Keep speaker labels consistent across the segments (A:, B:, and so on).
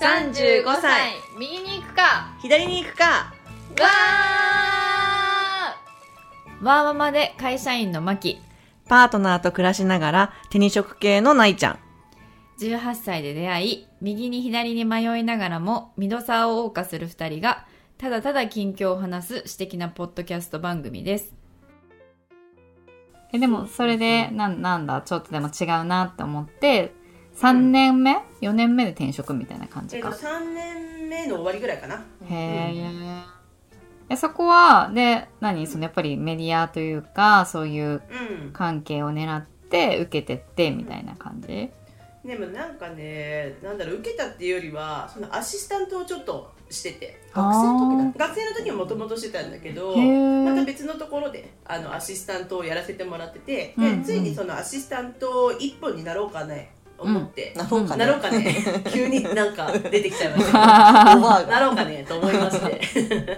A: 35歳
B: 右に行くか
A: 左に行くか
B: わ
C: わーままで会社員のマキ。
A: パートナーと暮らしながら手に職系のないちゃん
C: 18歳で出会い、右に左に迷いながらも、ミドサーを謳歌する二人が、ただただ近況を話す私的なポッドキャスト番組です。
D: えでもそれでなんなんだちょっとでも違うなって思って3年目、4年目で転職みたいな感じか、
A: 3年目の終わりぐらいかな
D: へーえそこはで何そのやっぱりメディアというかそういう
E: うん
D: 関係を狙って受けてってみたいな感じ
E: でもなんかねなんだろう受けたっていうよりはそのアシスタントをちょっとしてて
D: 学生の
E: 学生の時はもともとしてたんだけど
D: へー
E: また別のところであのアシスタントをやらせてもらってて、
D: うんうん
E: でついにそのアシスタント一本になろうかね思って、
A: なろうかね
E: なろうかね急になんか出てきちゃいま した
A: お
D: 時
A: ばあが
E: なろうかねと思いまし て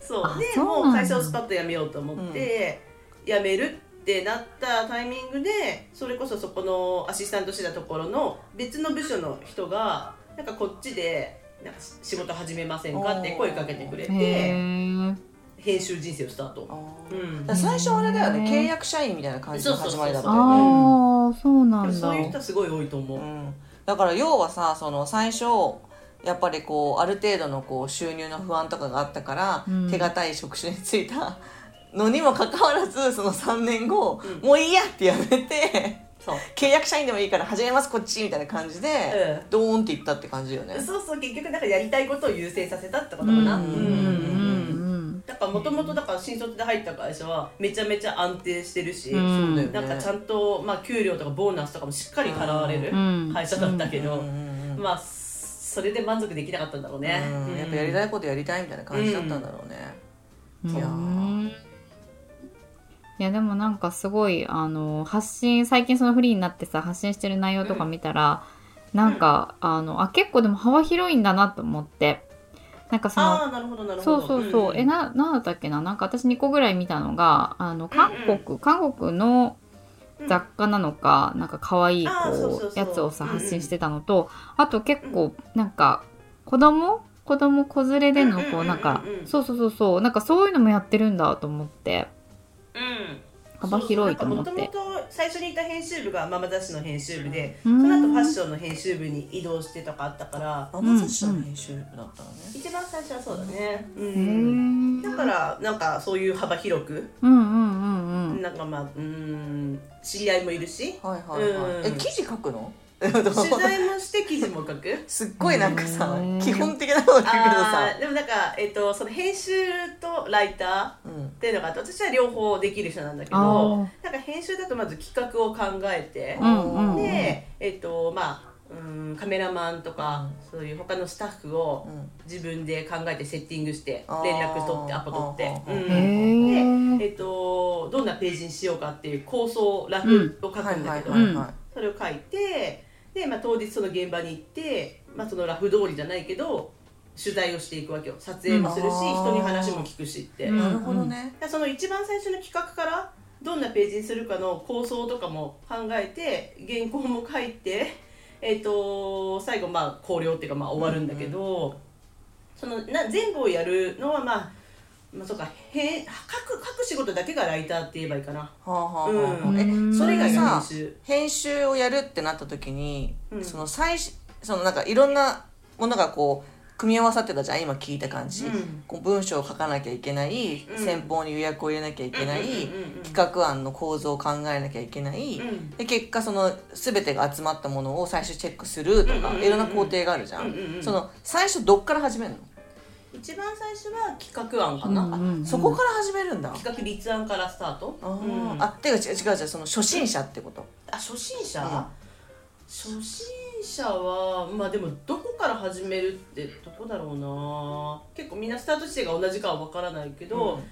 E: そうで
D: そうなんだ
E: もう会社をスパッと辞めようと思って、辞めるってなったタイミングでそれこそそこのアシスタントしてたところの別の部署の人がなんかこっちでなんか仕事始めませんかって声かけてくれ
D: へ
E: て
D: え
E: 編集人生をスタート。う
A: だ
E: ん
A: から最初あれだよね
D: へー
A: 契約社員みたいな感じの始まりだった
E: そうそうそう
A: よね
D: ああそうな
E: で
D: ん
E: も
D: だ
E: そういう人はすごい多いと思う、
A: うんだから要はさその最初やっぱりこうある程度のこう収入の不安とかがあったから、
D: うん
A: 手堅い職種に就いたのにもかかわらずその3年後、
E: うん
A: もういいやってやめて
E: そう
A: 契約社員でもいいから始めますこっちみたいな感じで、
E: う
A: ドーンっていったって感じよね。
E: そうそう結局なんかやりたいことを優先させたってこと
D: う
E: か
D: ん
E: な、
D: うんうん
E: だからもともとだから新卒で入った会社はめちゃめちゃ安定してるし、
D: うん
A: そうだよね
E: なんかちゃんと、まあ、給料とかボーナスとかもしっかり払われる
D: うん
E: 会社だったけど、
A: うんうんうん
E: まあそれで満足できなかったんだろうね、
A: うんやっぱやりたいことやりたいみたいな感じだったんだろうね。
D: うん
A: いや
D: いやでもなんかすごいあの発信最近そのフリーになってさ発信してる内容とか見たら、なんか、あのあ結構でも幅広いんだなと思ってなんかその
E: ああなるほどなる
D: そ
E: ほ
D: う
E: ど
D: そうそう、
E: ん
D: えななんだったっけななんか私2個ぐらい見たのがあの韓国、韓国の
E: うん
D: 雑貨なのか、なんか可愛いこ
E: あーそうそううそう
D: やつをさ
E: うんうん
D: 発信してたのと、あと結構なんか子供子供子連れでのこ
E: うんうんうんう
D: うんなんかそうそうそうそうなんかそういうのもやってるんだと思って
E: うん
D: 幅広いと思っ
E: そうそうな
D: て
E: ん。かもともと最初にいた編集部がママ雑誌の編集部で、
D: うん
E: その後ファッションの編集部に移動してとかあったから、
A: ママ雑誌の編集部だったのね。
E: 一番最初はそうだね、う
D: へ
E: ん、
D: ー
E: だからなんかそういう幅広く
D: うんうんうんうん。
E: なんかまあうーん知り合いもいるし
A: はいはいはい。え
E: うん
A: 記事書くの？
E: 取材もして記事も 書く
A: すっごいなんかさ
D: へー
A: 基本的なことだけど
E: あ
A: さ。
E: ーでもなんか、えっとその編集とライター
A: う
E: っ
A: ん
E: ていうのがあって私は両方できる人なんだけ
D: あ
E: ど
D: ー
E: なんか編集だとまず企画を考えて
D: う、んうんうん。
E: で、えっとまあうんカメラマンとか、そういう他のスタッフを
A: うん
E: 自分で考えてセッティングして
A: あー
E: 連絡取ってアポ取って、
A: あー
E: うん
D: へー
E: で、えっとどんなページにしようかっていう構想ラフを書くんだけど、
D: うん
E: それを書いてで、まあ、当日その現場に行って、まあ、そのラフ通りじゃないけど取材をしていくわけよ撮影もするし、
A: うん
E: 人に話も聞くしって、
D: うん
E: だか
A: なるほどね。
E: らその一番最初の企画からどんなページにするかの構想とかも考えて原稿も書いて、えっと最後まあ考慮っていうかまあ終わるんだけど、そのな全部をやるのはまあまあ、そうかへ書く書く仕事だけがライターって言えばいいかな
A: はあはあはあはあ
E: うん
A: えそ
E: それ
A: れ
E: 以外
A: が
E: が
A: さ
E: 編集
A: 編集をやるってなった時に、
E: うん
A: その最初そのなんかいろんなものがこう組み合わさってたじゃん今聞いた感じ、
E: うん
A: こう文章を書かなきゃいけない、
E: うん
A: 先方に予約を入れなきゃいけない、
E: うんうんうんうん
A: 企画案の構造を考えなきゃいけない、
E: うん
A: で結果その全てが集まったものを最終チェックするとか、
E: うんうんうんうん
A: いろんな工程があるじゃん,、
E: うんうんうん
A: その最初どっから始めるの、
E: 一番最初は企画案かな、
D: うんうんうん
A: そこから始めるんだ、
E: 企画立案からスタート
A: あー
E: うん
A: あ
E: あ
A: っていうか違う違う違うその初心者ってこと、
E: 初心者、
A: うん
E: 初心者はまあでもどこから始めるってどこだろうな結構みんなスタート地点が同じかは分からないけど、
A: うん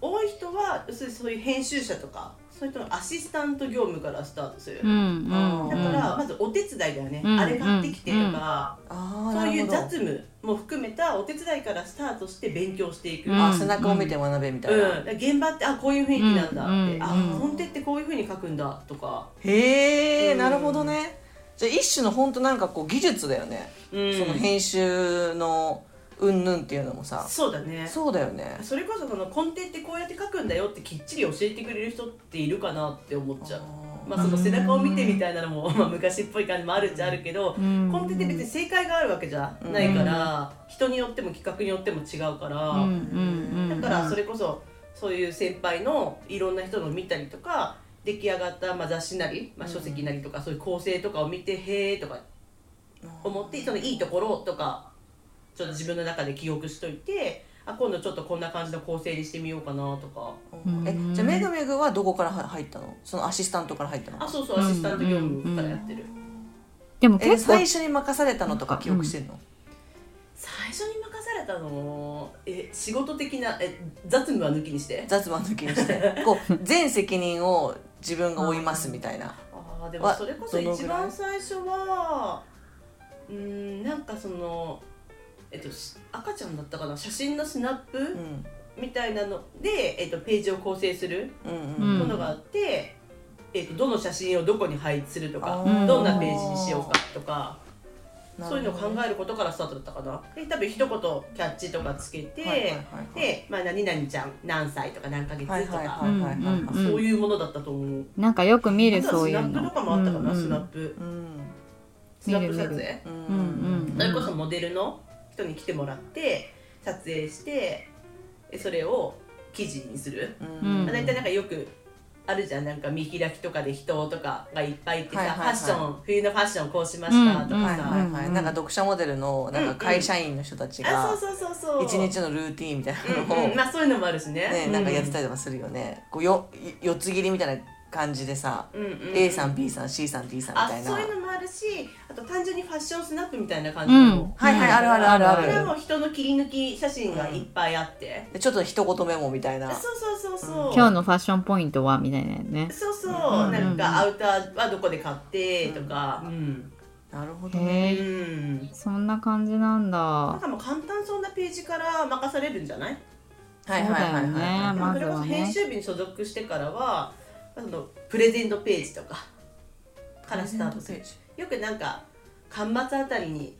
E: 多い人は要するにそういう編集者とかそういう人のアシスタント業務からスタートする、
D: うんうんうん。
E: だからまずお手伝いだよね、
D: うん
E: あれ買ってきてとか、
A: あー
E: そういう
A: なるほ
E: 雑務も含めたお手伝いからスタートして勉強していく、
D: うん
A: どあ背中を見て学べみたいな、
E: うん、現場ってあこういう雰囲気なんだって、
D: うんうん
E: あ
A: うん
E: コンテってこういうふうに書くんだとか
A: へえ、
E: うん
A: なるほどね。じゃあ一種の本当なんかこう技術だよね、
E: うん
A: その編集の云々っていうのもさ
E: そうだね
A: そうだよね
E: それこそその根底ってこうやって書くんだよってきっちり教えてくれる人っているかなって思っちゃう
A: あ
E: まあその背中を見てみたいなのも、 まあ、昔っぽい感じもあるっちゃあるけど、
D: うん
E: 根底って別に正解があるわけじゃないから、人によっても企画によっても違うから、
D: うんうんうん
E: だからそれこそそういう先輩のいろんな人のを見たりとか出来上がったまあ雑誌なり、まあ、書籍なりとか、そういう構成とかを見てへえとか思ってそのいいところとかちょっと自分の中で記憶しといてあ今度ちょっとこんな感じの構成にしてみようかなとか
A: えじゃあめぐめぐはどこからは入ったのそのアシスタントから入ったの
E: あそうそうアシスタント業務からやってる、
D: でも
A: え
D: 結構
A: 最初に任されたのとか記憶してんの、
E: 最初に任されたのえ仕事的なえ雑務は抜きにして
A: 雑話抜きにしてこ う全責任を自分が負いますみたいな
E: あーでもそれこそ
A: はどのぐ
E: 一
A: らい
E: 番最初はうーんなんかその、えっと、し赤ちゃんだったかな写真のスナッ
A: う
E: プ
A: ん
E: みたいなので、えっと、ページを構成する
A: うん
D: う
A: うんん
E: ものがあって、えっと、どの写真をどこに配置するとか
A: あー
E: どんなページにしようかとか
A: なるほどね
E: そういうのを考えることからスタートだったかな。で多分一言キャッチとかつけて、
A: はいはいはいはい
E: で、まあ、何々ちゃん何歳とか何ヶ月とか、
A: はいはいはいはいはいはい
D: うんうん
E: そういうものだったと思う。
D: なんかよく見る
E: あとは
D: そういう
E: スナップ
D: の
E: とかもあったかな、
D: うんうん
E: スナップ
A: うん
E: スナップ撮
D: 見る見
E: 影
A: うん
D: うん
E: それこそモデルの人に来てもらって撮影してえそれを記事にする、
A: うん
E: まあ、大体なんかよくあるじゃんなんか見開きとかで人とかがいっぱいいてさ、
A: はいはいはい
E: ファッション冬のファッションこうしましたとかさ、
D: うん
A: はいはいは
D: う
A: い
D: ん
A: なんか読者モデルのなんか会社員の人たち
E: あ
A: が
E: そうそうそうそう
A: 一日のルーティンみたいな
E: うん
A: の
E: うん
A: を
E: まあそういうのもあるしね
A: ね
E: う
A: なんかやってたりとかするよねこうよ四つ切りみたいな感じでさ
E: うんうん
A: A さん B さん C さん D さんみ
E: あ
A: たい
E: そ
A: な
E: う
A: はい
E: いうのもあるしあと単純にファッションスナップみたいな感じ
D: う
E: の
D: ん
E: も、
A: はいあるあるある
E: これは
A: あ
E: もう人の切り抜き写真がいっぱいあって、
A: るでちょっと一言メモみたいな
E: そうそうそうそう。
D: 今日のファッションポイントはみたいなやつね
E: そうそう、
A: うん
E: なんかアウターはどこで買ってとか、うん、
A: なるほどね
E: う
D: へえ
E: ん、
D: そんな感じなん
E: なん
D: だ
E: かもう簡単そうなページから任されるんじゃない？
A: はいはいはいはい
D: そうだよね
A: はい
E: でも
D: ま
E: そ
D: ず
E: れこ
D: は
E: そ
D: ね
E: 編集部に所属してからは、そのプレゼントページとかからスタートする。よくなんか間伐あたりに。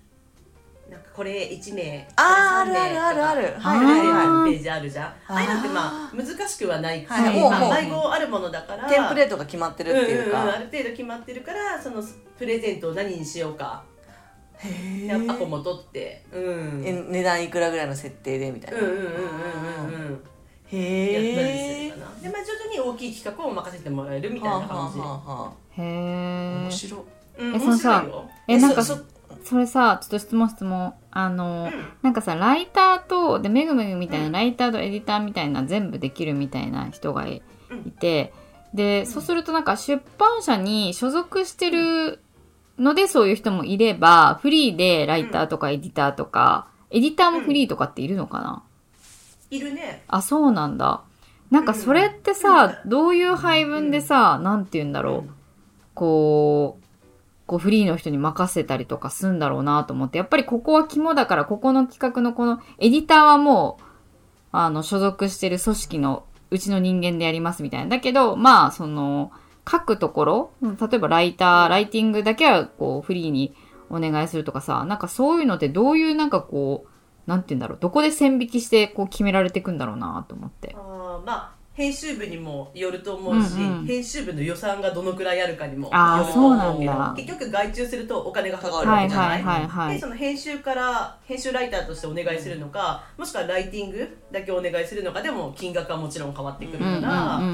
E: なんかこれ一名
A: あー
E: これ三名
A: あるあるある
E: とか
A: はい
D: はいはい
E: あるページあるじゃんああいうのってまあ難しくはないし、
A: はい
D: もう
E: まあ
D: もう
E: 配合あるものだから
A: テンプレートが決まってるっていう
E: うんうんうん、あ
A: か
E: る程度決まってるからそのプレゼントを何にしようか
A: へ
E: やっぱこ
A: ー
E: も取ってうん
A: え値段いくらぐらいの設定でみたい
E: うん
A: な
E: うんうんうんうんうんやったりす
A: へ
E: る
A: え
E: かなでまあ徐々に大きい企画を任せてもらえるみたいな感じ、
A: は
D: へ
A: あ
D: え
A: 面白い
E: うん、
D: えその
E: 面
D: さ
E: 白いよ
D: えなんか
A: そ
D: それさちょっと質問質問あの、
E: うん
D: なんかさライターとでめぐめぐみたいなライターとエディターみたいな全部できるみたいな人がい
E: うん
D: いてでそうするとなんか出版社に所属してるのでそういう人もいればフリーでライターとかエディターとかエディターもフリーとかっているのかな、
E: いるね
D: あそうなんだなんかそれってさ、どういう配分でさなんて言うんだろうこうこうフリーの人に任せたりとかするんだろうなと思ってやっぱりここは肝だからここの企画のこのエディターはもうあの所属してる組織のうちの人間でやりますみたいなだけどまあその書くところ例えばライターライティングだけはこうフリーにお願いするとかさなんかそういうのってどういうなんかこうなんて言うんだろうどこで線引きしてこう決められていくんだろうなと思って
E: あーまあ編集部にもよると思うし、
D: うんうん
E: 編集部の予算がどのくらいあるかにも
D: あー
E: よると思けど
D: そうなんだ
E: 結局外注するとお金がかかるわ
D: は
E: け
D: い
E: じゃない,、
D: はいはいは
E: で
D: い
E: その編集から編集ライターとしてお願いするのかもしくはライティングだけお願いするのかでも金額はもちろん変わってく
D: う
E: る
D: んうんう
E: か
D: ん
E: ら、
D: うんう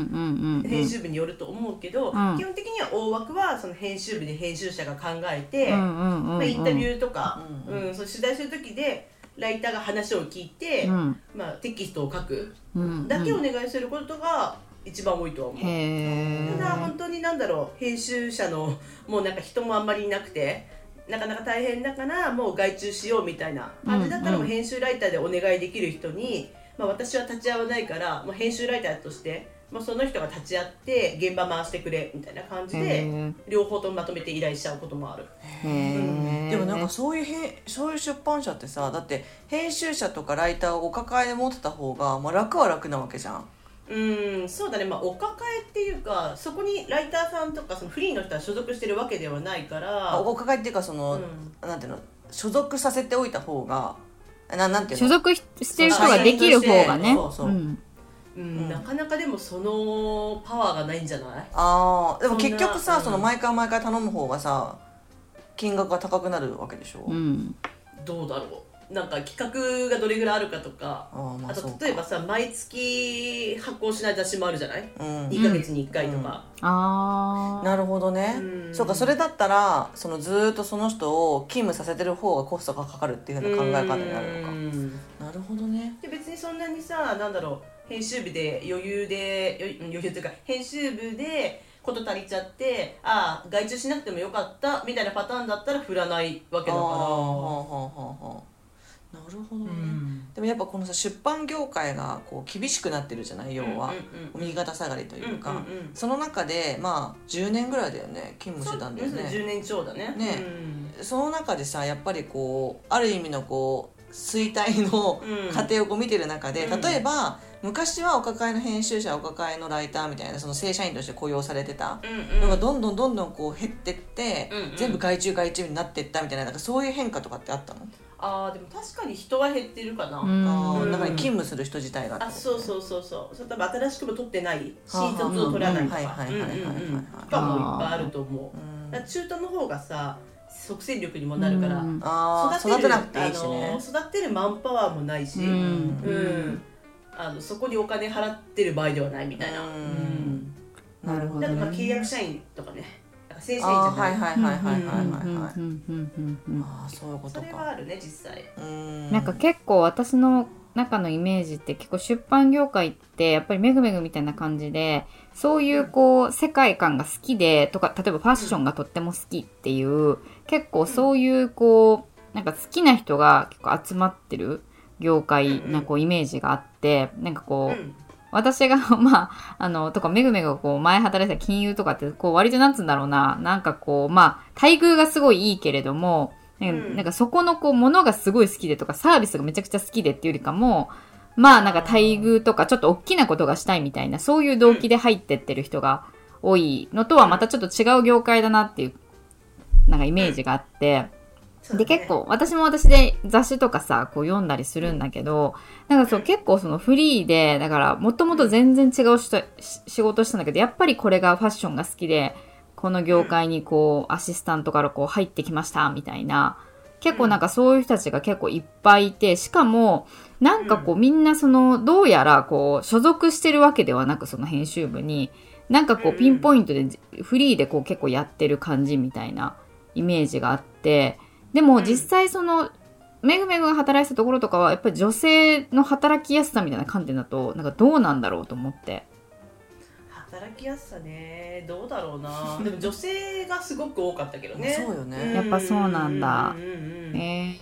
D: ん
E: 編集部によると思うけど、
D: うん
E: 基本的には大枠はその編集部で編集者が考えて、
D: うんうんうんうん
E: まあ、インタビューとか、
A: う
E: うんんそう取材する時でライターが話を聞いて、
D: うん
E: まあ、テキストを書く
D: うん
E: だけお願いすることが一番多いとは思う。
D: へえ
E: ただ本当に何だろう編集者のもうなんか人もあんまりいなくてなかなか大変だからもう外注しようみたいな感じだったら
D: うんう
E: もうん編集ライターでお願いできる人に、まあ、私は立ち会わないからもう編集ライターとして、まあ、その人が立ち会って現場回してくれみたいな感じ
D: へ
E: で
D: ー
E: 両方ともまとめて依頼しちゃうこともある。
D: へー
A: でもなんかそういうへんそういう出版社ってさだって編集者とかライターをお抱えで持ってた方が、まあ、楽は楽なわけじゃん
E: うんそうだね、まあ、お抱えっていうかそこにライターさんとかそのフリーの人は所属してるわけではないから、
A: お抱えっていうかその、なんていうの所属させておいた方がななんていう
D: 所
A: の
D: 属ししてる人ができる方がね
E: そうそう
D: うん
E: うんなかなかでもそのパワーがないんじゃない
A: あーで
E: そ
A: も
E: んな
A: 結局さ
E: う
A: そ,、
E: ん
A: の毎回毎回頼む方がさ金額が高くなるわけでしょ、
D: うん
E: どうだろうなんか企画がどれぐらいあるかとか
A: あーま
E: あ
A: あそう
E: と
A: か
E: 例えばさ毎月発行しない雑誌もあるじゃない
A: うん
E: 2ヶ月に1回とか、
D: あー
A: なるほどね、
E: うん
A: そうかそれだったらそのずーっとその人を勤務させてる方がコストがかかるっていうふうな考え方になるの
E: う
A: か
E: ん
A: なるほどね
E: で別にそんなにさなんだろう編集部で余裕で余余裕というか編集部でこと足りちゃってああ外注しなくてもよかったみたいなパターンだったら振らないわけだ
A: あーはあ
E: か
A: はあはあはあなるほどね、
E: らうん
A: でもやっぱこのさ出版業界がこう厳しくなってるじゃない要は、
E: うん
A: 右肩下がりと
E: うんうん
A: いうか、
E: うんうん
A: その中でまあ10年ぐらいだよね勤務してたんだよ
E: そう10
A: ね
E: 年超だね
A: ねその中でさやっぱりこうある意味のこう衰退の
E: うん
A: 過程をこう見てる中で、
E: うん
A: 例えば昔はお抱えの編集者お抱えのライターみたいなその正社員として雇用されてた
E: うんうん
A: のがどんどんどんどんこう減ってって、
E: うんうん
A: 全部外注外注になってったみたいななんかそういう変化とかってあったの、
E: ああでも確かに人は減ってるかな、
D: うん
A: あ
E: う
A: ー
E: ん
A: だから勤務する人自体がって
E: あ
A: こと
E: そうそうそうそうそれ多分新しくも取ってない
A: はあ
E: 新卒を取らないと
A: はいは
E: か
A: い
E: うんうん
A: はいはいはい
E: うんとかもいっぱいあると思う
A: うん
E: だから中途の方がさ即戦力にもなるから、
D: うん
A: あー
E: る
A: 育てなくていいし
E: あ
A: ね
E: の育てるマンパワーもないし、
D: う
E: うん
D: ん
E: あのそこにお金払ってる場合ではないみたいな、
A: うん
E: うん
A: なるほど
E: あとまあ
A: ね
E: 契約社員とかねなんか正社員
A: あー
E: じゃ
A: はい
E: ない、
A: はいはいはいはいはいはい
D: うんうんうんうんうん
A: ああそういうこ
E: そ
A: と
E: れは
A: か
E: あるね実際
A: うん
D: なんか結構私の中のイメージって結構出版業界ってやっぱりめぐめぐみたいな感じでそういうこう世界観が好きでとか例えばファッションがとっても好きっていう結構そういうこうなんか好きな人が結構集まってる業界なこうイメージがあってなんか
E: う
D: こうん私が まああのとかめぐめぐがこう前働いてた金融とかってこう割となんつうんだろうななんかこうまあ待遇がすごいいいけれどもなんか
E: うん
D: なんかそこのこうものがすごい好きでとかサービスがめちゃくちゃ好きでっていうよりかもまあなんか待遇とかちょっと大きなことがしたいみたいなそういう動機で入ってってる人が多いのとはまたちょっと違う業界だなっていうなんかイメージがあって。
E: そう
D: で
E: だね
D: 結構私も私で雑誌とかさこう読んだりするんだけどなんかそう結構そのフリーでだからもともと全然違うしし仕事をしたんだけどやっぱりこれがファッションが好きでこの業界にこうアシスタントからこう入ってきましたみたいな結構なんかそういう人たちが結構いっぱいいてしかもなんかこうみんなそのどうやらこう所属してるわけではなくその編集部になんかこ
E: うん
D: うピンポイントでフリーでこう結構やってる感じみたいなイメージがあってで
E: う
D: も
E: ん
D: 実際そのめぐめぐが働いてたところとかはやっぱり女性の働きやすさみたいな観点だとなんかどうなんだろうと思って
E: 働きやすさねどうだろう なでも女性がすごく多かったけどね
A: そうよね
E: ん
D: やっぱそうなんだ
E: うんうんうんうん
D: ね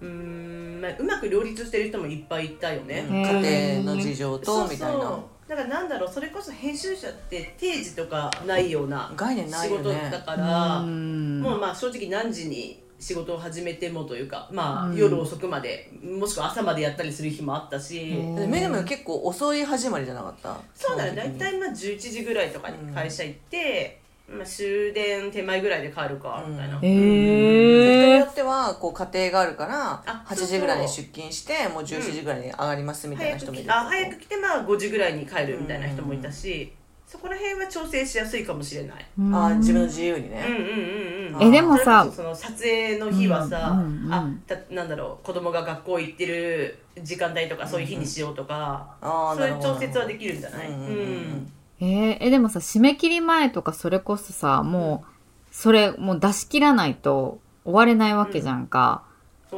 E: うーんまあうまく両立してる人もいっぱいいたよね、
A: うん家庭の事情とみたいな
E: だからなんだろうそれこそ編集者って定時とかないような
A: 概念な
E: 仕
A: いよ
E: 事だ
A: ね
E: から、
D: うん
E: もうまあ正直何時に仕事を始めてもというか、ま
D: う
E: あ、
D: ん
E: 夜遅くまでもしくは朝までやったりする日もあったし、
D: うん
A: でメグメグ結構遅い始まりじゃなかった
E: そうだね
A: 基
E: 大
A: 本的に
E: 体まあ11時ぐらいとかに会社行って、まあ、終電手前ぐらいで帰るかみたいな、
A: うん人に
D: え
A: よ
D: ー
A: ってはこう家庭があるから
E: あ
A: 8時ぐらいに出勤してもう17時ぐらいに上がりますみたい
E: 早
A: な人
E: く
A: もいる
E: 来あ早く来てまあ5時ぐらいに帰るみたいな人もいたし、そこら辺は調整しやすいかもしれない、
D: うん
A: あー自分の自由に
E: うん
A: ね
E: うんうんうん
A: えで
D: もさ
E: それこそその撮影の日はさ、
D: うんうんうん
E: あたなんだろう子供が学校行ってる時間帯とかそういう日にしようとか、
A: ああ
E: そう
A: ないる
E: う
A: ほど
E: 調節はできるんじゃない、
A: うんうんうん
D: えーえでもさ締め切り前とかそれこそさもうそれもう出し切らないと終われないわけじゃんか、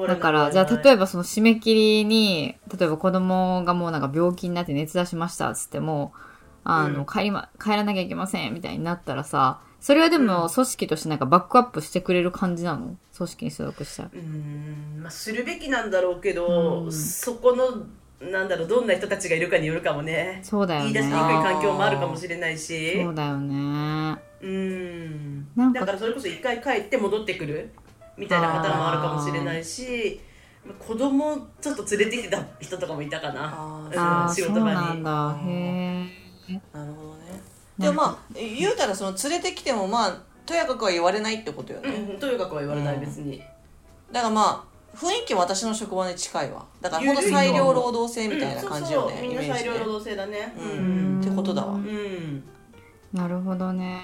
D: だからじゃあ例えばその締め切りに例えば子供がもうなんか病気になって熱出しましたっつってもあの、
E: うん
D: 帰りま帰らなきゃいけませんみたいになったらさそれはでも組織としてなんかバックアップしてくれる感じなの組織に所属したら。
E: うーんまあ、するべきなんだろうけど、
D: うん
E: そこのなんだろうどんな人たちがいるかによるかもね
D: そうだよ
E: 言い
D: ね
E: 出しにくい環境もあるかもしれないし
D: そうだよね
E: うーん
D: なんか
E: だからそれこそ一回帰って戻ってくるみたいなパターンもあるかもしれないし子供ちょっと連れてきた人とかもいたかな
A: あ
E: うん
D: ああ
E: 仕
D: そう
E: 事場に
D: なんだ
A: うん
D: へえ
A: ーなるほどねでもまあ言うたらその連れてきてもまあとやかくは言われないってことよね、
E: うんというかは言われない別に
A: だからまあ雰囲気は私の職場に近いわだからほんと裁量労働制みたいな
E: うん
A: 感じよ
E: そう
A: ね、
E: そうみ
A: イ
E: ん
A: メ
E: な
A: ージ
E: 裁
A: で
E: 量労働制だね
A: う
E: うん
A: んってことだわ
E: うん、うん
D: なるほどね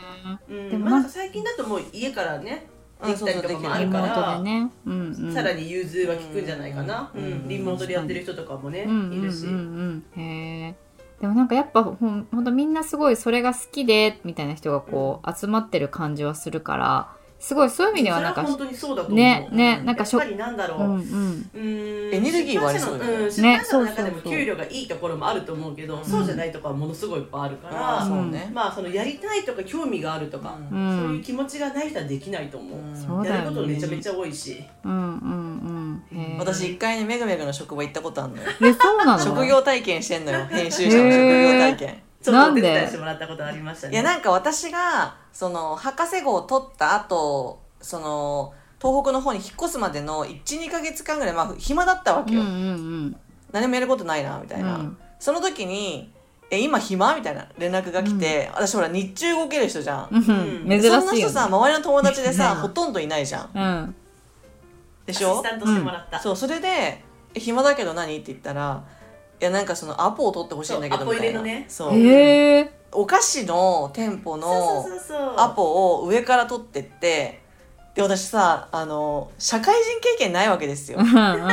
E: うん
D: でも
E: まあな
D: なん
E: んか最近だともう家からね
A: うん
E: できたりとかもあ
A: だ
E: る
D: リモー
E: から
D: トでねうんうん
E: さらに融通は効くんじゃないかな、
A: うん
E: うんリモートでやってる人とかもね、
D: うん
E: いる
D: う
E: し、
D: んうんうんへえでもなんかやっぱほんほんとみんなすごいそれが好きでみたいな人がこう集まってる感じはするからすごいそういう意味ではなん
E: それ
D: か
E: は本当にそうだと思う
D: ねね
A: うん
D: なんかし
E: や
D: ょ
E: っぱりなんだろう、
D: うんうん
E: うーん
A: エネルギーはありそうよね
E: 出
D: ね
E: 版社の中でも
D: そうそうそう
E: 給料がいいところもあると思うけど、そうじゃないとこはものすごいいっぱいあるか
A: あ
E: ら、
A: あそうね、
E: まあそのやりたいとか興味があるとか、
A: うん
D: う
E: そういうん気持ちがない人はできないと思う、
A: うん
D: そうだよね
E: やることめちゃめちゃ多いし、
D: うんうんうんへえ
A: 私一回ねめぐめぐの職場行ったことあるのよ
D: えそうなの
A: 職業体験してんのよ編集者の職業体験
E: ちょっと
D: なん
E: お
D: で
E: 手伝いしてもらったことありました
A: い
E: ね
A: やなんか私がその博士号を取った後その東北の方に引っ越すまでの12か月間ぐらい、まあ、暇だったわ
D: う
A: け
D: んう
A: よ、
D: ん
A: 何もやることないなみたいな、
D: うん
A: その時に「え今暇?」みたいな連絡が来て、私ほら日中動ける人じゃん、
D: うん
E: うん
D: 珍しい
A: そ
D: よ
A: んな
D: ね
A: 人さ周りの友達で
D: い
A: さ
D: ない
A: ほとんどいないじゃん
D: うん
A: で
E: ア
A: し
E: シ
A: ょ
E: スタントしてもらった、
A: そうそれで「え暇だけど何?」って言ったら「いやなんかそのアポを取ってほしいんだけど」
E: そう
A: みたい
E: ア
A: な
E: ポ入れのね
A: そう、
D: へえ
A: お菓子の店舗の
E: そうそうそうそう
A: アポを上から取ってってで私さあの社会人経験ないわけですよ
D: うんうん
A: だか
D: うん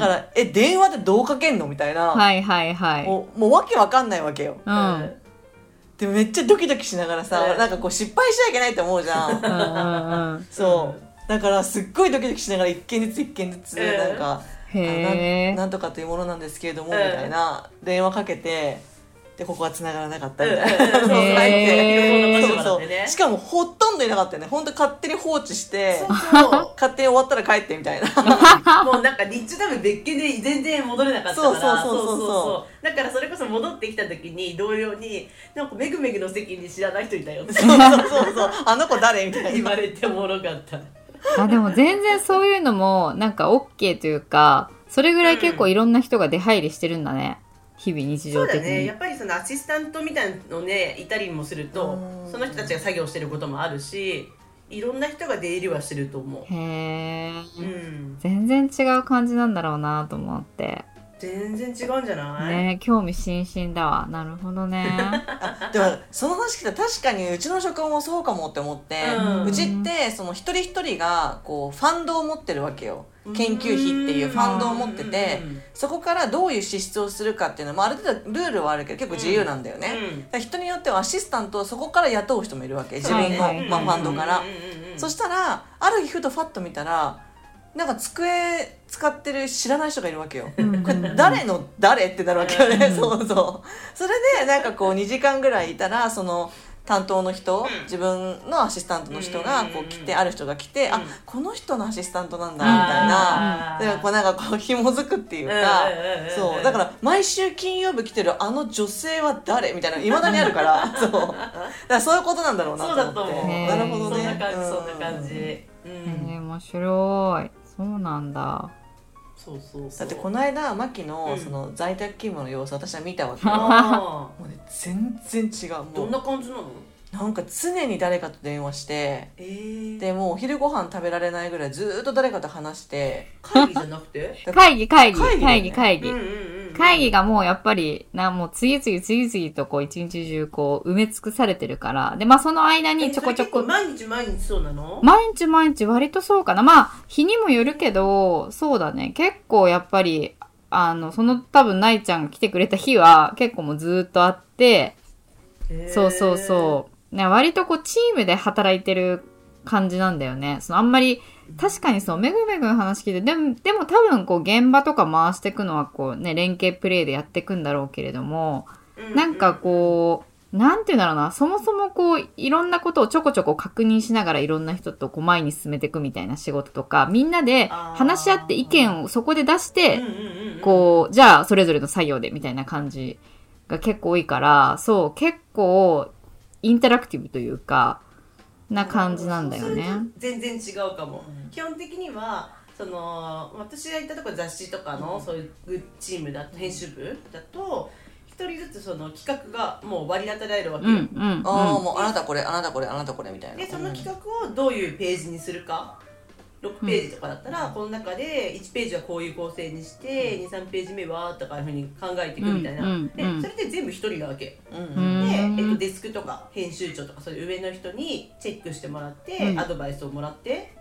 A: ら「え電話でどうかけんの?」みたいな、
D: はいはいはい
A: もうもうわけわかんないわけよ
D: うんうん
A: でめっちゃドキドキしながらさ
E: うん
A: なんかこう失敗しちゃいけないって思うじゃ ん
D: うんうん
A: そうだからすっごいドキドキしながら一件ずつ一件ずつ
E: うん
A: なんか「あ
D: へ
A: なん
D: え
A: なんとかというものなんですけれども」み
E: うん
A: たいな電話かけてでここは繋がらなかったみたいな。
E: そうそう
D: へー
E: そ
A: そうう
E: そ
A: そううしかもほとんどいなかったよねほんと勝手に放置して
E: そうそう
A: 勝手に終わったら帰って みたいな
E: もうなんか日中多分別件で全然戻れなかったから
A: そうそうそうそうそう
E: だからそれこそ戻ってきた時に同僚に「なんかめぐめぐの席に知らない人いたよ」 って
A: そうそうそうそうあの子誰みたい
E: 言
A: な
E: われておもろかった
D: あでも全然そういうのもなんか OK というかそれぐらい結構いろんな人が出入りしてるんだね日々日
E: そ
D: 常
E: うだ
D: 的
E: ね
D: に
E: やっぱりそのアシスタントみたいのねいたりもすると
A: うん
E: その人たちが作業してることもあるしいろんな人が出入りはしてると思
D: へえ
E: う、うん、
D: 全然違う感じなんだろうなと思って
E: 全然違うんじゃない、
D: ね興味津々だわなるほどね
A: あでもその話聞いたら確かにうちの職場もそうかもって思って、
E: う
A: うんちってその一人一人がこうファンドを持ってるわけよ研究費っていうファンドを持ってて
E: うん
A: そこからどういう支出をするかっていうのもある程度ルールはあるけど結構自由なんだよね、だから人によってはアシスタントをそこから雇う人もいるわけ自分の、
D: はいはい
A: まあ、ファンドから、
E: そ
A: そしたらある日ふとファッと見たらなんか机使ってる知らない人がいるわけよ。
D: うん
A: これ誰の誰ってなるわけよね、
D: うん
A: そうそうそれでなんかこう2時間ぐらいいたらその担当の人、
E: うん
A: 自分のアシスタントの人がこう来て、
E: うん
A: ある人が来て、
E: う
A: あ
E: ん
A: この人のアシスタントなんだみたいな
E: あ
A: だからこうなんかこう紐づくっていうか、そうだから毎週金曜日来てるあの女性は誰みたいないまだにあるか らそうだからそういうことなんだろうな
E: そう
A: と思
E: だ
A: って
E: と思う
D: へー
A: なるほどね
E: そんな感じ
A: う
E: そんな感じう
D: へえ
E: ん
D: 面白いそうなんだ
E: そうそうそう
A: だってこの間マキの
E: うん
A: その在宅勤務の様子私は見たわけよ、も
E: あ
A: うね全然違う
E: ー
A: も
E: ど
A: うん
E: な感じなの
A: なんか常に誰かと電話して
E: えー
A: でもうお昼ご飯食べられないぐらいずーっと誰かと話して
E: 会議じゃなくて
D: 会議会議
A: 会議だよ
D: 会
A: ね
D: 議会
E: うん
D: 議
E: うんうん
D: 会議がもうやっぱりなもう次々次々とこう一日中こう埋め尽くされてるからでまあその間にちょこちょ
E: え
D: こ
E: それ結構毎日毎日そうなの
D: 毎日毎日割とそうかな。まあ、日にもよるけど、そうだね。結構やっぱり、あの、その多分、ないちゃんが来てくれた日は、結構もうずーっとあって、そうそうそう。ね、割とこう、チームで働いてる感じなんだよね。そのあんまり、確かにそう、めぐめぐの話聞いて、でも、でも多分こう、現場とか回していくのはこう、ね、連携プレイでやっていくんだろうけれども、
E: う
D: なんかこう、なんていうんだろうな、そもそもこう、いろんなことをちょこちょこ確認しながらいろんな人とこう前に進めていくみたいな仕事とか、みんなで
E: あー
D: 話し合って意見をそこで出し
E: うん
D: て、
E: うんうん
D: こう、じゃあそれぞれの作業でみたいな感じが結構多いから、そう、結構インタラクティブというか、な感じなんだよね。
E: 全然違うかも基本的にはその私が行ったとこ雑誌とかのそういうグッチームだと編集部だと一人ずつその企画がもう割り当てられるわけ
D: う
E: よ、
D: んうん
A: ああ、もうあなたこれあなたこれあなたこれみたいな
E: でその企画をどういうページにするか6ページとかだったら、この中で1ページはこういう構成にして、23ページ目はとかいうふうに考えていくみたいな、
D: うん
E: で
D: うん
E: それで全部一人なわけ、
A: うん
D: う
A: うん
D: ん
E: で、えっと、デスクとか編集長とかそういう上の人にチェックしてもらって、
D: うん
E: アドバイスをもらって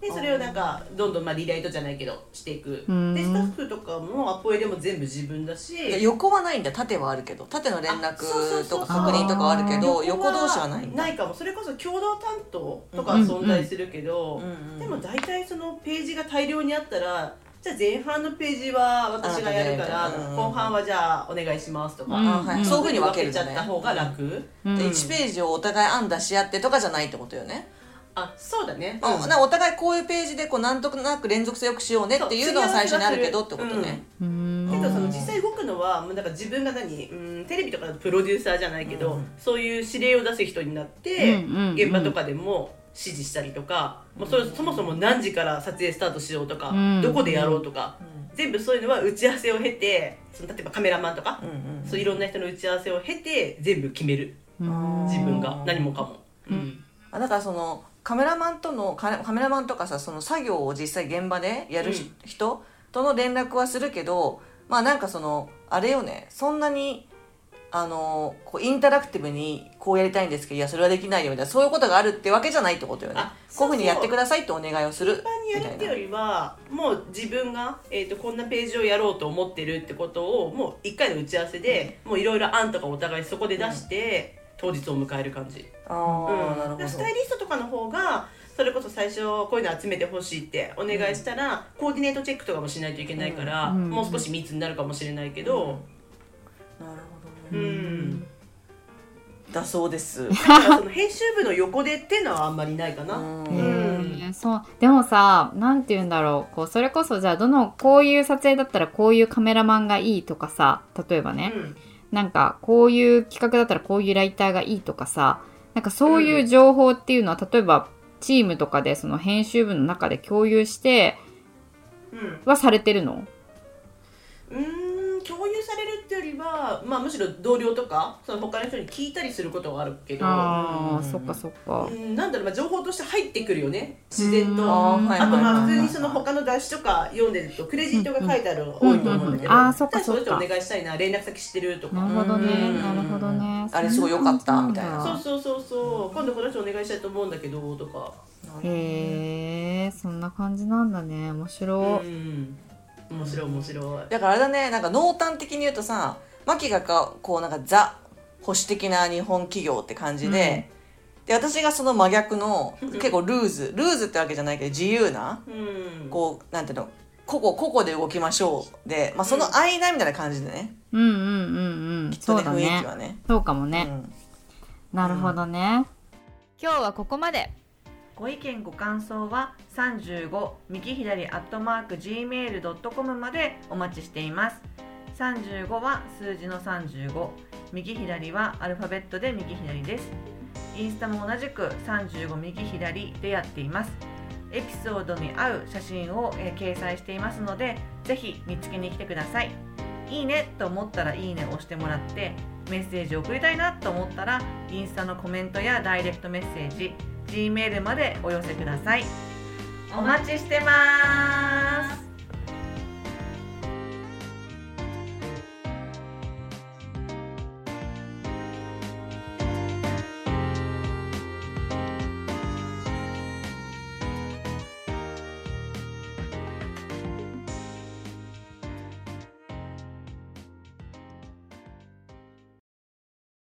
E: でそれをなんかどんどんまあリライトじゃないけどしていく、
D: うん
E: でスタッフとかもアポ入れも全部自分だし
A: で横はないんだ縦はあるけど縦の連絡
E: あそうそうそう
A: とか確認とかはあるけど横同士はないんだ
E: ないかもそれこそ共同担当とかは存在するけど、
A: うんうん
E: でも大体そのページが大量にあったらじゃあ前半のページは私がやるから、
A: あなたがやるからうん
E: 後半はじゃあお願いしますとか、
D: う
A: あ
D: ん
A: はいそういうふうに分けるん
E: ちゃ
A: だ
E: っ
A: ね
E: た方が楽、
D: うん
A: で1ページをお互い案出し合ってとかじゃないってことよね、
E: あそうだね、
A: うん、なお互いこういうページでこうなんとなく連続性よくしようねっていうのは最初にあるけどってことね、
D: う
E: け
D: ん
E: どその実際動くのはもうなんか自分が何うんテレビとかだとプロデューサーじゃないけど、
A: うん
E: そういう指令を出す人になって、
D: うんうんうん
E: 現場とかでも指示したりとか、もうそれそもそも何時から撮影スタートしようとか、
D: うん
E: どこでやろうとか、
A: うん
E: 全部そういうのは打ち合わせを経てその例えばカメラマンとか、
A: うんうん
E: そういろんな人の打ち合わせを経て全部決める自分
A: う
E: が
A: ん
E: 何もかも。うん
A: あだからそのカメラマンとのカカメラマンとかさその作業を実際現場でやる、
E: うん
A: 人との連絡はするけどまあなんかそのあれよねそんなにあのこうインタラクティブにこうやりたいんですけどいやそれはできないよみたいなそういうことがあるってわけじゃないってことよね
E: あ
A: こう
E: そうそ
A: いうふう
E: う
A: にやってくださいってお願いをする
E: 一般にや
A: みた
E: る
A: い
E: って
A: な
E: よりはもう自分が、えー、とこんなページをやろうと思ってるってことをもう1回の打ち合わせで、もういろいろ案とかお互いそこで出して、当日を迎える感じ、
A: あ
E: うん
A: ー、なるほど
E: スタイリストとかの方がそれこそ最初こういうの集めてほしいってお願いしたら、コーディネートチェックとかもしないといけないから、
D: うんうん
E: もう少し密になるかもしれないけど、
A: なるほ
E: う
A: どね、
E: ん
A: だそう です
E: だからその編集部の横でっていうのはあんまりないかな。
A: うん
D: へー
E: う
D: そうでもさなんて言うんだろうこうそれこそじゃあどのこういう撮影だったらこういうカメラマンがいいとかさ例えばね、
E: うん
D: なんかこういう企画だったらこういうライターがいいとかさなんかそういう情報っていうのは、例えばチームとかでその編集部の中で共有して
E: うん
D: はされてるの
E: うーん共有されるってよりは、まあ、むしろ同僚とかその他の人に聞いたりすることはあるけど
D: あ
A: うん
D: あそっかそっか
E: う。んなんだろう、まあ、情報として入ってくるよね自然と。
D: うん
E: あ
A: あーはい
E: と
A: はいはい
E: ま
A: は
E: あ
A: い
E: 普通にその他の雑誌とか読んでるとクレジットが書いてあるの多いと思う
D: うん
E: んだけど、
D: うんうんあーそっか
E: じゃあ
D: そっか
E: の人お願いしたいな連絡先知ってると
D: な
E: か
D: るほどね
A: うん
D: なるほどね
A: あれすごい良かったみたいな
E: そうそうそうそう今度この人お願いしたいと思うんだけどとか、
D: へえそんな感じなんだね面白
E: う
D: い、
E: ん、面白い面白い。
A: だからあれだねなんか濃淡的に言うとさマキがかこうなんかザ保守的な日本企業って感じで、で私がその真逆の結構ルーズルーズってわけじゃないけど自由な
E: うん、
A: こうなんていうの個々個々で動きましょうで、まあ、その間みたいな感じでね、
D: うん、うんうんうんそうだ
A: 雰囲
D: ね
A: 気はね
D: そうかもね、
A: うん
D: なるほどね、
C: 今日はここまで
B: ご意見ご感想は35右左アットマーク gmail.com までお待ちしています35は数字の35右左はアルファベットで右左ですインスタも同じく35右左でやっていますエピソードに合う写真を、えー掲載していますのでぜひ見つけに来てくださいいいねと思ったらいいねを押してもらってメッセージを送りたいなと思ったらインスタのコメントやダイレクトメッセージ G メールまでお寄せください。お待ちしてます。